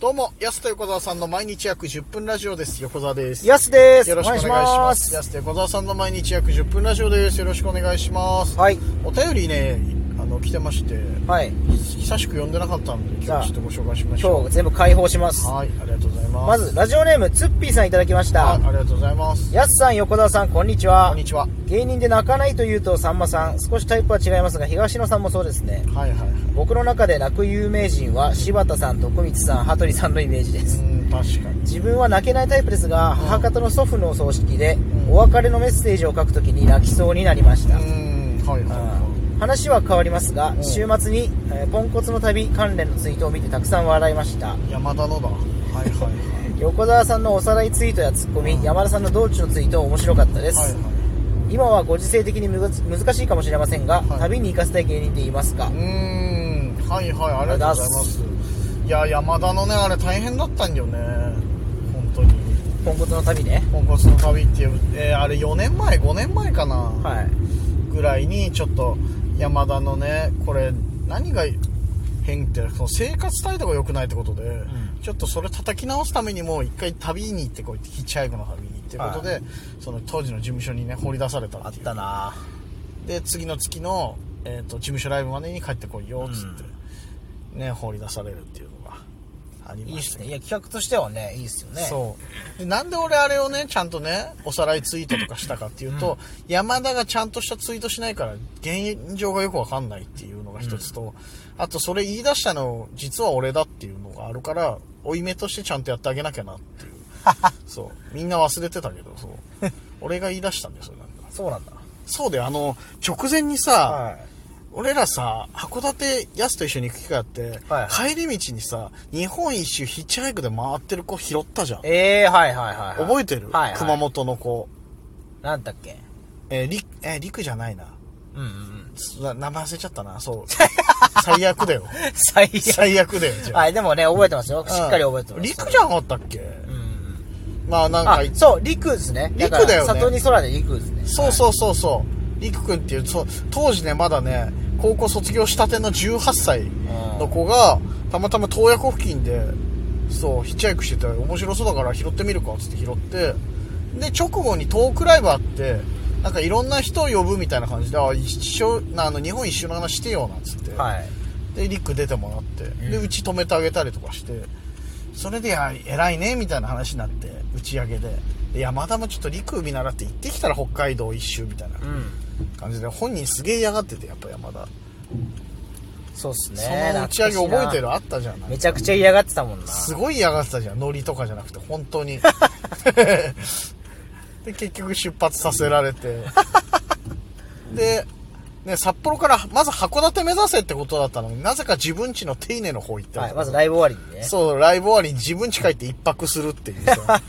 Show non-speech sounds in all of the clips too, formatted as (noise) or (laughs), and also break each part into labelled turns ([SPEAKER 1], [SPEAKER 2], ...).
[SPEAKER 1] どうも、安と横澤さんの毎日約10分ラジオです。横澤です。
[SPEAKER 2] やすです。
[SPEAKER 1] よろしくお願いし
[SPEAKER 2] お願いし
[SPEAKER 1] ま。
[SPEAKER 2] ますす。
[SPEAKER 1] 安と横澤さんの毎日約10分ラジオです。よろしくお願いします。
[SPEAKER 2] はい。
[SPEAKER 1] お便りね、あの、来てまして、
[SPEAKER 2] はい。
[SPEAKER 1] 久しく読んでなかったので、
[SPEAKER 2] じゃ
[SPEAKER 1] 今
[SPEAKER 2] あ
[SPEAKER 1] 日ちょっとご紹介しまし
[SPEAKER 2] 今
[SPEAKER 1] ょ
[SPEAKER 2] 日全部解放します
[SPEAKER 1] う。。はい、ありがとうございます。
[SPEAKER 2] まず、ラジオネーム、ツッピーさんいただきまし
[SPEAKER 1] はい、あ
[SPEAKER 2] た
[SPEAKER 1] り。がとうございます。
[SPEAKER 2] やすさん、横澤さん、こんにち
[SPEAKER 1] こ
[SPEAKER 2] は
[SPEAKER 1] んに。ちは。
[SPEAKER 2] 芸人で泣かないというと、さんまさん。少しタイプは違いますが、東野さんもそうですね。
[SPEAKER 1] はいはいはい。
[SPEAKER 2] 僕の中で泣く有名人は、柴田さん、徳光さん、羽鳥さんのイメージで
[SPEAKER 1] う
[SPEAKER 2] す。
[SPEAKER 1] ーん、確かに。
[SPEAKER 2] 自分は泣けないタイプですが、母方の祖父のお葬式で
[SPEAKER 1] う、ん
[SPEAKER 2] お別れのメッセージを書くときに泣きそうになりまし
[SPEAKER 1] うー
[SPEAKER 2] た。
[SPEAKER 1] ん、はいはいは
[SPEAKER 2] 話は変わりますが
[SPEAKER 1] ん
[SPEAKER 2] 週末に、えーポンコツの旅関連のツイートを見てたくさん笑いました
[SPEAKER 1] い。山田のだ。はいはいはい。
[SPEAKER 2] 横澤さんのおさらいツイートやツッコミ、山田さんの道中のツイート面白かったです、
[SPEAKER 1] はいはい。
[SPEAKER 2] 今はご時世的にむず難しいかもしれませんが、
[SPEAKER 1] はい
[SPEAKER 2] 旅に行かせたい芸人って言いますか
[SPEAKER 1] う、ーんはいはいありがとうございますいや山田のねあれ大変だったんだよね本当に
[SPEAKER 2] ポンコツの旅ね
[SPEAKER 1] ポンコツの旅っていう、えーあれ4年前5年前かな、
[SPEAKER 2] はい
[SPEAKER 1] ぐらいにちょっと山田のねこれ何が変ってその生活態度が良くないってことで、
[SPEAKER 2] ん
[SPEAKER 1] ちょっとそれ叩き直すためにもう一回旅に行ってこいってヒッチハイクの旅にっていうことで、その当時の事務所にね放り出されたっていう
[SPEAKER 2] な
[SPEAKER 1] で次の月の、えー、と事務所ライブまでに帰ってこいよっつって、ね放り出されるっていうのがあり
[SPEAKER 2] いい
[SPEAKER 1] ま
[SPEAKER 2] っ
[SPEAKER 1] し
[SPEAKER 2] す
[SPEAKER 1] た
[SPEAKER 2] ねいや企画としてはねいいっすよね
[SPEAKER 1] そうでなんで俺あれをねちゃんとねおさらいツイートとかしたかっていうと、山田がちゃんとしたツイートしないから現状がよくわかんないっていうのが一つと、あとそれ言い出したの実は俺だっていうのがあるから負い目としてちゃんとやってあげなきゃなっていう (laughs) そうみんな忘れてたけどそう (laughs) 俺が言い出したんですよなんか
[SPEAKER 2] そうなんだ
[SPEAKER 1] そうだよあの直前にさ、
[SPEAKER 2] はい
[SPEAKER 1] 俺らさ函館やすと一緒に行く機会あって、
[SPEAKER 2] は
[SPEAKER 1] 帰り道にさ日本一周ヒッチハイクで回ってる子拾ったじゃん
[SPEAKER 2] えー、はいはいはい、はい、
[SPEAKER 1] 覚えてる、
[SPEAKER 2] はい、はい、
[SPEAKER 1] 熊本の子
[SPEAKER 2] なんだっけ
[SPEAKER 1] えー、りえー、陸じゃないな
[SPEAKER 2] うんうんうん
[SPEAKER 1] すな名前忘れちゃったなそう
[SPEAKER 2] (laughs)
[SPEAKER 1] 最悪だよ
[SPEAKER 2] 最悪
[SPEAKER 1] 最悪だよじゃあ
[SPEAKER 2] はいでもね覚えてますよ
[SPEAKER 1] うん
[SPEAKER 2] しっかり覚えてます
[SPEAKER 1] 陸じゃなかったっけ
[SPEAKER 2] うんうんうん
[SPEAKER 1] まあなん
[SPEAKER 2] あ
[SPEAKER 1] かい
[SPEAKER 2] そう陸ですね
[SPEAKER 1] 陸だよね
[SPEAKER 2] から里に空で陸ですね
[SPEAKER 1] そうそうそうそう陸くんっていうそう当時ねまだね高校卒業したての18歳の子がたまたま洞爺湖付近でそうヒッチハイクしてて面白そうだから拾ってみるかっつって拾ってで直後にトークライブあってなんかいろんな人を呼ぶみたいな感じであ一緒なあの日本一周の話してよなんつって、
[SPEAKER 2] はい
[SPEAKER 1] でリック出てもらってでうち止めてあげたりとかしてそれでや偉いねみたいな話になって打ち上げでで山田もちょっと陸見習って行ってきたら北海道一周みたいな
[SPEAKER 2] うん
[SPEAKER 1] 感じで本人すげえ嫌がっててやっぱ山田、
[SPEAKER 2] そうっすね
[SPEAKER 1] その打ち上げ覚えて
[SPEAKER 2] る
[SPEAKER 1] るあったじゃんない
[SPEAKER 2] めちゃくちゃ嫌がってたもんな
[SPEAKER 1] すごい嫌がってたじゃんノリとかじゃなくて本当
[SPEAKER 2] (laughs)
[SPEAKER 1] にで結局出発させられてで、ね、札幌からまず函館目指せってことだったのになぜか自分家の手稲の方行ったり
[SPEAKER 2] はい
[SPEAKER 1] とか
[SPEAKER 2] まずライブ終わりにね
[SPEAKER 1] そう、ライブ終わりに自分家帰って一泊するっていうさ、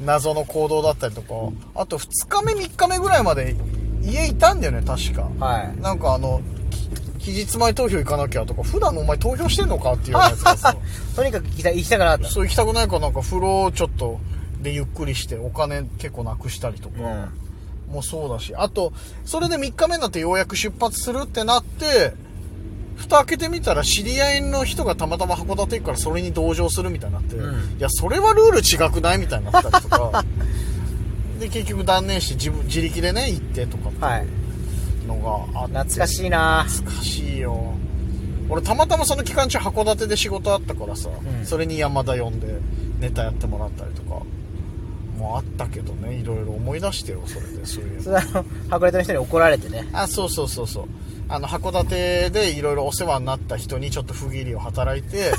[SPEAKER 1] 謎の行動だったりとか、あと2日目3日目ぐらいまで家いたんだよね、確か。
[SPEAKER 2] はい
[SPEAKER 1] なんかあの、き期日前投票行かなきゃとか、普段お前投票してんのかっていうようなやつがさ、
[SPEAKER 2] とにかく行きた行きたくなかった
[SPEAKER 1] そう行きたくないからなんか風呂をちょっとでゆっくりしてお金結構なくしたりとか、もうそうだし、あと、それで3日目になってようやく出発するってなって、蓋開けてみたら知り合いの人がたまたま函館行くからそれに同乗するみたいになって、
[SPEAKER 2] うん
[SPEAKER 1] いや、それはルール違くないみたいになったりと
[SPEAKER 2] (laughs)
[SPEAKER 1] か、で、結局断念して自分自力でね、行ってとかって
[SPEAKER 2] はい
[SPEAKER 1] いうのがあって、
[SPEAKER 2] 懐かしいな
[SPEAKER 1] 懐かしいよ。俺たまたまその期間中函館で仕事あったからさ、
[SPEAKER 2] うん
[SPEAKER 1] それに山田呼んでネタやってもらったりとか、もうあったけどね、いろいろ思い出してよ、それで、そういう
[SPEAKER 2] それあの箱根の人に怒られてね
[SPEAKER 1] あそうそうそうそうあの函館でいろいろお世話になった人にちょっと不義理を働いて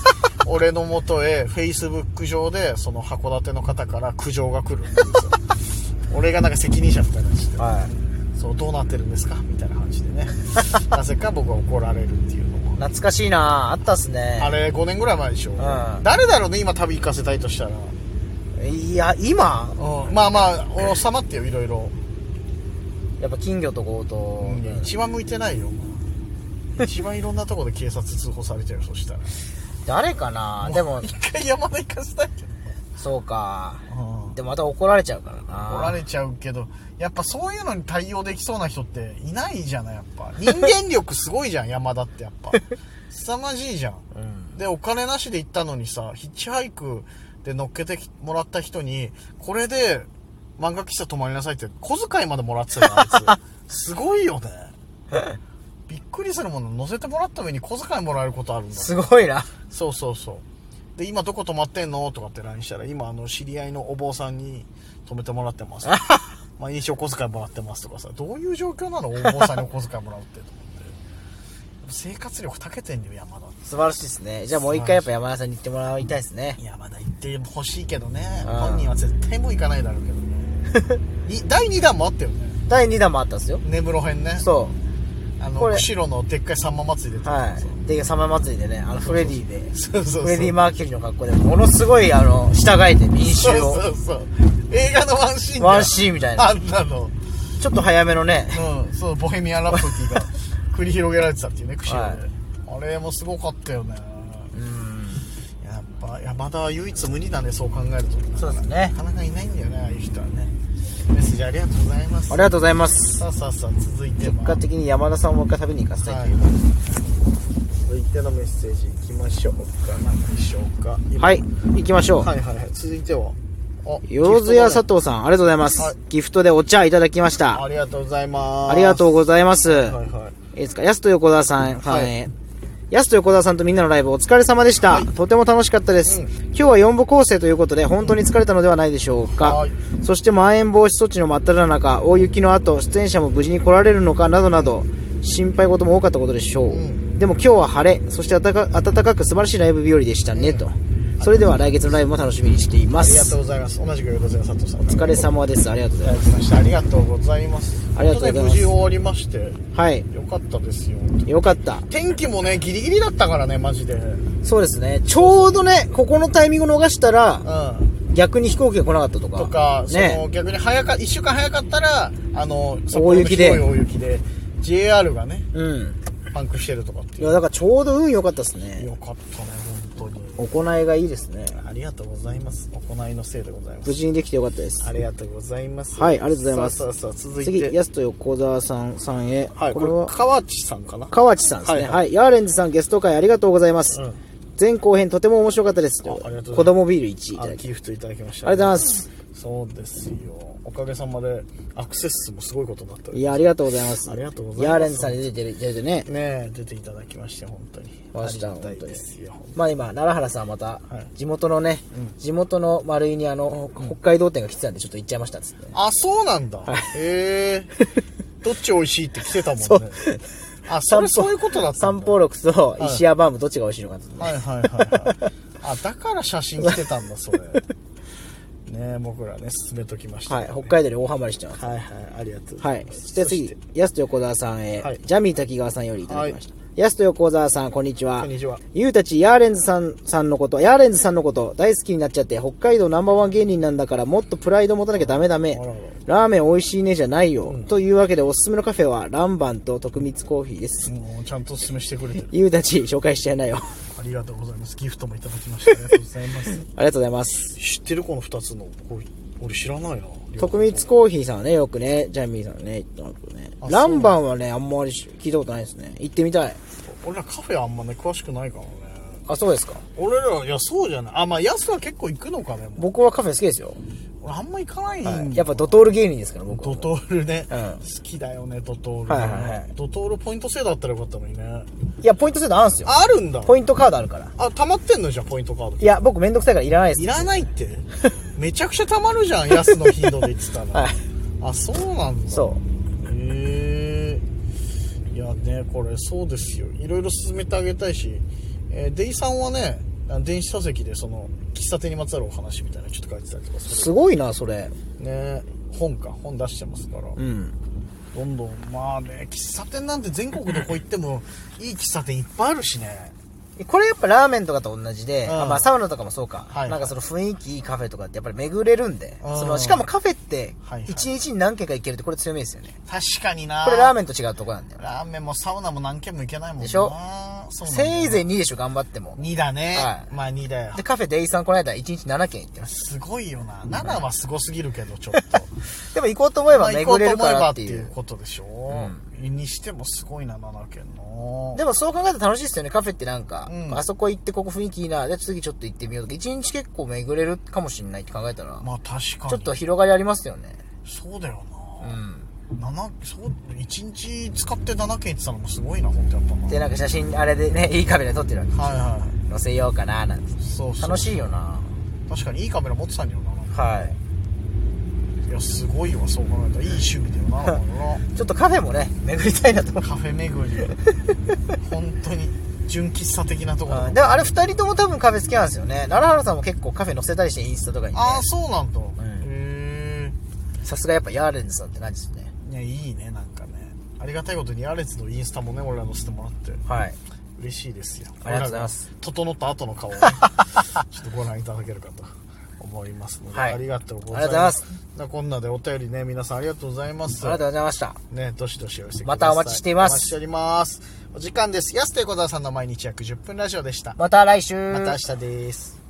[SPEAKER 1] 俺のもとへフェイスブック上でその函館の方から苦情が来るんですよ俺がなんか責任者みたいな感じで
[SPEAKER 2] は
[SPEAKER 1] そうどうなってるんですかみたいな感じでねなぜか僕は怒られるっていうのも
[SPEAKER 2] い懐かしいなあったっす
[SPEAKER 1] あ
[SPEAKER 2] ね
[SPEAKER 1] れ5年ぐらい前でしょ、
[SPEAKER 2] ん
[SPEAKER 1] 誰だろうね今旅行かせたいとしたら、
[SPEAKER 2] いや今
[SPEAKER 1] まあまあ収まってよいろいろ
[SPEAKER 2] やっぱ金魚と強盗
[SPEAKER 1] いや一番向いてないよ一番いろんなとこで警察通報されちゃうよそしたら
[SPEAKER 2] 誰かなでも
[SPEAKER 1] (laughs) 一回山田行かせたいけど
[SPEAKER 2] そうか
[SPEAKER 1] 怒
[SPEAKER 2] でもまた怒られちゃうからな
[SPEAKER 1] られちゃうけどやっぱそういうのに対応できそうな人っていないじゃないやっぱ人間力すごいじゃん山田ってやっぱ凄まじいじゃん
[SPEAKER 2] うん
[SPEAKER 1] で、お金なしで行ったのにさ、ヒッチハイクで乗っけてきもらった人に、これで漫画喫茶泊まりなさいって、小遣いまでもらってたよ、あいつ。すごいよね。びっくりするもの、乗せてもらった上に小遣いもらえることあるんだ。
[SPEAKER 2] すごいな。
[SPEAKER 1] そうそうそう。で、今どこ泊まってんのとかって LINE したら、今、あの、知り合いのお坊さんに泊めてもらって
[SPEAKER 2] (laughs)
[SPEAKER 1] ます。毎日お小遣いもらってますとかさ、どういう状況なのお坊さんにお小遣いもらうってと思って。生活力たけてんだよ、山田って。
[SPEAKER 2] 素晴らしいですね。じゃあもう一回やっぱ山田さんに行ってもらいたいですね。
[SPEAKER 1] いや、まだ行ってほしいけどね。
[SPEAKER 2] うん
[SPEAKER 1] 本人は絶対もう行かないだろうけど
[SPEAKER 2] (laughs)
[SPEAKER 1] ね。い第2弾もあったよね。
[SPEAKER 2] 第2弾もあったんですよ。
[SPEAKER 1] 根室編ね。
[SPEAKER 2] そ
[SPEAKER 1] あの、
[SPEAKER 2] これ
[SPEAKER 1] 釧路のでっかいさんま祭りで
[SPEAKER 2] う。
[SPEAKER 1] 撮ったや
[SPEAKER 2] は
[SPEAKER 1] つ
[SPEAKER 2] い。で、サマー祭りでね、あの、フレディで、
[SPEAKER 1] そうそうそう。
[SPEAKER 2] フレディ・マーキュリーの格好で、ものすごい、あの、従えて民衆
[SPEAKER 1] そう
[SPEAKER 2] を、
[SPEAKER 1] そうそう。映画のワンシーンだよ
[SPEAKER 2] ワンシーンみたいな。
[SPEAKER 1] あんなの。
[SPEAKER 2] ちょっと早めのね、
[SPEAKER 1] うん、そう、ボヘミアン・ラプソディが繰り広げられてたっていうね、釧路で。あれもすごかったよね。
[SPEAKER 2] うん。
[SPEAKER 1] やっぱ、山田は唯一無二だね、そう考えると。
[SPEAKER 2] そうですね
[SPEAKER 1] なかなかいないんだよね、ああいう人はね。メッセージありがとうございます。
[SPEAKER 2] ありがとうございます。
[SPEAKER 1] さあさあさあ、続いて
[SPEAKER 2] 結果的に山田さんをもう一回食べに行かせたいという。
[SPEAKER 1] 続いてのメッセージいきましょうか何でしょうか今
[SPEAKER 2] はい、行きましょう。
[SPEAKER 1] はいはいはい続いてはあ
[SPEAKER 2] ようずや佐
[SPEAKER 1] 藤
[SPEAKER 2] 藤さん、ありがとうございます、
[SPEAKER 1] はい
[SPEAKER 2] ギフトでお茶いただきました。
[SPEAKER 1] ありがとうございます
[SPEAKER 2] ありがとう
[SPEAKER 1] ご
[SPEAKER 2] ございます。
[SPEAKER 1] ざはいはい
[SPEAKER 2] いいですか、やすと横澤さん、ファンへ。
[SPEAKER 1] は
[SPEAKER 2] やすと横澤さんとみんなのライブお疲れ様でした。
[SPEAKER 1] はい
[SPEAKER 2] とても楽しかったです、
[SPEAKER 1] うん
[SPEAKER 2] 今日は4部構成ということで本当に疲れたのではないでしょうか。
[SPEAKER 1] はい
[SPEAKER 2] そしてまん延防止措置の真っ只中、大雪の後、出演者も無事に来られるのかなどなど、心配事も多かったことでしょう。
[SPEAKER 1] うん
[SPEAKER 2] でも今日は晴れ、そして暖か暖かく素晴らしいライブ日和でしたね、と。それでは来月のライブも楽しみにしていま
[SPEAKER 1] ありがと
[SPEAKER 2] す。
[SPEAKER 1] うございます同じくようずや佐藤さんお
[SPEAKER 2] お疲れ様です。ありがとうございます
[SPEAKER 1] いただきましたありがとうございます
[SPEAKER 2] ありがと
[SPEAKER 1] 本
[SPEAKER 2] うございます
[SPEAKER 1] 当ね無事終わりまして
[SPEAKER 2] はい。
[SPEAKER 1] よかったですよ
[SPEAKER 2] よかった。
[SPEAKER 1] 天気もねギリギリだったからねマジで
[SPEAKER 2] そうですね。ちょうどね、ここのタイミング逃したら、
[SPEAKER 1] うん
[SPEAKER 2] 逆に飛行機が来なかったとか。
[SPEAKER 1] とか、そ
[SPEAKER 2] ね
[SPEAKER 1] の。逆に早か1週間早かったらあの札幌
[SPEAKER 2] 大
[SPEAKER 1] の
[SPEAKER 2] 雪で
[SPEAKER 1] 広い大雪で JR がね
[SPEAKER 2] うん。
[SPEAKER 1] パンクしてるとかっていう
[SPEAKER 2] いや、だからちょうど運良かったですね。
[SPEAKER 1] よかったね、本当に。
[SPEAKER 2] 行いがいいですね。
[SPEAKER 1] ありがとうございます。行いのせいでございま
[SPEAKER 2] 無
[SPEAKER 1] す。
[SPEAKER 2] 事にできてよかったです。
[SPEAKER 1] ありがとうございます。
[SPEAKER 2] はいありがとうございます
[SPEAKER 1] さあさあさあ、続い
[SPEAKER 2] 次、
[SPEAKER 1] て。
[SPEAKER 2] やすと横澤さんさんへ。
[SPEAKER 1] はい、
[SPEAKER 2] こ
[SPEAKER 1] これ
[SPEAKER 2] れは、
[SPEAKER 1] 河内さんかな。
[SPEAKER 2] 河内さんですね。
[SPEAKER 1] はい
[SPEAKER 2] は
[SPEAKER 1] はい
[SPEAKER 2] い、ヤーレンズさんゲスト会ありがとうございます。
[SPEAKER 1] うん
[SPEAKER 2] 前後編とても面白かったです。
[SPEAKER 1] あありがとうございます
[SPEAKER 2] 子供ビール1い
[SPEAKER 1] あ
[SPEAKER 2] ただき。
[SPEAKER 1] ギフトいただきました。
[SPEAKER 2] ありがとうご
[SPEAKER 1] うございま
[SPEAKER 2] ざいます。
[SPEAKER 1] す。そうですよ。おかげさまで、アクセス数もすごいことになったよ
[SPEAKER 2] いや、ありがとうございます。
[SPEAKER 1] ありがとうございます
[SPEAKER 2] ヤーレンズさんに出てる、出てるね。
[SPEAKER 1] ねえ、出ていただきまして、本当に。
[SPEAKER 2] マジだ
[SPEAKER 1] ありがたいですよ。
[SPEAKER 2] まあ今、奈良原さんはまた
[SPEAKER 1] はい、
[SPEAKER 2] 地元のね、地元の丸井にあの、北海道店が来てたんで、ちょっと行っちゃいましたっつって。
[SPEAKER 1] あ、そうなんだ。へえ。どっち美味しいって来てたもん
[SPEAKER 2] (laughs) そう
[SPEAKER 1] ね。あ、それそういうことだった
[SPEAKER 2] 三
[SPEAKER 1] んだ。
[SPEAKER 2] 宝六と石屋バームどっちが美味しいのかって言ってね
[SPEAKER 1] はいはいはい、はい、あだから写真来てたんだそれねえ僕らね進めときました
[SPEAKER 2] はい
[SPEAKER 1] ね、、
[SPEAKER 2] 北海道に大ハマりしてます。
[SPEAKER 1] はいはいありがとうご
[SPEAKER 2] は
[SPEAKER 1] ざい
[SPEAKER 2] い
[SPEAKER 1] ま。す
[SPEAKER 2] で、
[SPEAKER 1] そ
[SPEAKER 2] 次
[SPEAKER 1] て、
[SPEAKER 2] ヤスと横澤さんへ
[SPEAKER 1] はい、
[SPEAKER 2] ジャミー滝川さんよりいただきました。ヤスと横澤さん、こんにちは。
[SPEAKER 1] こんにちは
[SPEAKER 2] ゆうたち、ヤーレンズさん、さんのこと、ヤーレンズさんのこと、大好きになっちゃって、北海道ナンバーワン芸人なんだから、もっとプライド持たなきゃダメダメ
[SPEAKER 1] あらら。
[SPEAKER 2] ラーメン美味しいねじゃないよ。というわけで、おすすめのカフェは、ランバンと徳光コーヒーです。
[SPEAKER 1] もうちゃんと進めしてくれてる
[SPEAKER 2] ゆうたち、紹介しちゃいなよ。
[SPEAKER 1] ありがとうございますギフトもいただきましたありがとうございます
[SPEAKER 2] ありがとうございます。
[SPEAKER 1] 知ってるこの2つのこれ俺知らないな
[SPEAKER 2] 徳光コーヒーさんはね、よくね、ジャミーさんはね、行ったのとね
[SPEAKER 1] あ。
[SPEAKER 2] ランバンはね、あんまり聞いたことないですね。行ってみたい。
[SPEAKER 1] 俺らカフェあんまね詳しくないからね
[SPEAKER 2] あ、そうですか。
[SPEAKER 1] 俺らいやそうじゃないあまあやすは結構行くのかねもう
[SPEAKER 2] 僕はカフェ好きですよ。
[SPEAKER 1] 俺あんま行かないんだよな
[SPEAKER 2] やっぱドトール芸人ですから、僕
[SPEAKER 1] ド
[SPEAKER 2] は。
[SPEAKER 1] トールね、
[SPEAKER 2] うん
[SPEAKER 1] 好きだよねドトールね、
[SPEAKER 2] はいはいはい
[SPEAKER 1] ドトールポイント制度あったらよかったのにね
[SPEAKER 2] いや、ポイント制度あるんすよ。
[SPEAKER 1] あるんだ
[SPEAKER 2] ポイントカードあるから。
[SPEAKER 1] あ、溜まってんのじゃあ、ポイントカード
[SPEAKER 2] い。や、僕めんどくさいからいらないで
[SPEAKER 1] い
[SPEAKER 2] す。
[SPEAKER 1] らないって。めちゃくちゃ溜まるじゃん、安の頻度で言ってたら。
[SPEAKER 2] はい
[SPEAKER 1] あ、そうなんだ。。
[SPEAKER 2] そう
[SPEAKER 1] へえ。いやね、これそうですよ。いろいろ進めてあげたいし、えーデイさんはね、あ電子書籍でその、喫茶店にまつわるお話みたいなのちょっと書いてたりとかす
[SPEAKER 2] すごいな、それ。
[SPEAKER 1] る。ね本か。本出してますから。
[SPEAKER 2] うん。
[SPEAKER 1] どんどん、まあね、喫茶店なんて全国どこ行っても、いい喫茶店いっぱいあるしね。
[SPEAKER 2] これやっぱラーメンとかと同じで、
[SPEAKER 1] うん
[SPEAKER 2] あまあサウナとかもそうか、
[SPEAKER 1] はい
[SPEAKER 2] なんかその雰囲気いいカフェとかってやっぱり巡れるんで、
[SPEAKER 1] うん
[SPEAKER 2] そのしかもカフェって
[SPEAKER 1] はいはい
[SPEAKER 2] 一日に何軒か行けるってこれ強みですよね。
[SPEAKER 1] 確かにな
[SPEAKER 2] これラーメンと違うとこなんだよ。
[SPEAKER 1] ラーメンもサウナも何軒も行けないもんな
[SPEAKER 2] でしょ
[SPEAKER 1] そうなんだ
[SPEAKER 2] せいぜい2でしょ、頑張っても。
[SPEAKER 1] 2だね、
[SPEAKER 2] はい
[SPEAKER 1] まあ2だよ
[SPEAKER 2] で、カフェデイさんこの間1日7軒行ってます。
[SPEAKER 1] すごいよな7はすごすぎるけどちょっと
[SPEAKER 2] でも行こうと思え
[SPEAKER 1] ま
[SPEAKER 2] ば
[SPEAKER 1] あ
[SPEAKER 2] 巡
[SPEAKER 1] 行こう
[SPEAKER 2] れ
[SPEAKER 1] と
[SPEAKER 2] る
[SPEAKER 1] 思え
[SPEAKER 2] から
[SPEAKER 1] ばっ
[SPEAKER 2] って
[SPEAKER 1] い
[SPEAKER 2] ていうう。
[SPEAKER 1] ことでしょ、にしてもすごいな、7軒の。
[SPEAKER 2] でもそう考えたら楽しいですよね。カフェってなんか、
[SPEAKER 1] うん
[SPEAKER 2] あそこ行ってここ雰囲気いいな。で、次ちょっと行ってみようとか。一日結構巡れるかもしれないって考えたら、
[SPEAKER 1] まあ確かに。
[SPEAKER 2] ちょっと広がりありますよね。
[SPEAKER 1] そうだよ
[SPEAKER 2] う
[SPEAKER 1] な。
[SPEAKER 2] ん。
[SPEAKER 1] 七そう、1日使って7軒行ってたのもすごいな、本当やっぱな。
[SPEAKER 2] で、なんか写真、あれでね、いいカメラ撮ってるわけ。
[SPEAKER 1] はいは
[SPEAKER 2] 載せようかな、なんて。
[SPEAKER 1] い。そうそう。
[SPEAKER 2] 楽しいよな。
[SPEAKER 1] 確かにいいカメラ持ってたんだよな。なんか
[SPEAKER 2] はい。
[SPEAKER 1] いや、すごいわ、そう考えたら。いい趣味だよ
[SPEAKER 2] (laughs)
[SPEAKER 1] な、なんか
[SPEAKER 2] ちょっとカフェもね、巡りたいなと思
[SPEAKER 1] な。カフェ巡り。本当に、純喫茶的なところだ
[SPEAKER 2] う。うん。でもあれ二人とも多分カフェ好きなんですよね。奈良原さんも結構カフェ載せたりしてインスタとかにね。
[SPEAKER 1] ああ、そうなんだ。
[SPEAKER 2] ん
[SPEAKER 1] へ
[SPEAKER 2] さすがやっぱヤーレンズさんって感じですね。
[SPEAKER 1] え。いや、いいね、なんかね。ありがたいことに、アレツのインスタもね、俺ら載せてもらって。
[SPEAKER 2] はい。
[SPEAKER 1] 嬉しいですよ
[SPEAKER 2] ありがとうございます
[SPEAKER 1] 整った後の顔をね、 (laughs) ちょっとご覧いただけるかと思いますので、
[SPEAKER 2] はい
[SPEAKER 1] ありがとうござ
[SPEAKER 2] あ
[SPEAKER 1] い
[SPEAKER 2] りがとうございま
[SPEAKER 1] ますすなこんなでお便りね皆さんありがとうございます
[SPEAKER 2] ありがとうございました。
[SPEAKER 1] ねどしどしお寄せください
[SPEAKER 2] またお待ちしています
[SPEAKER 1] お待ちしておりますお時間です安手小沢さんの毎日約10分ラジオでした
[SPEAKER 2] また来週。
[SPEAKER 1] また明日です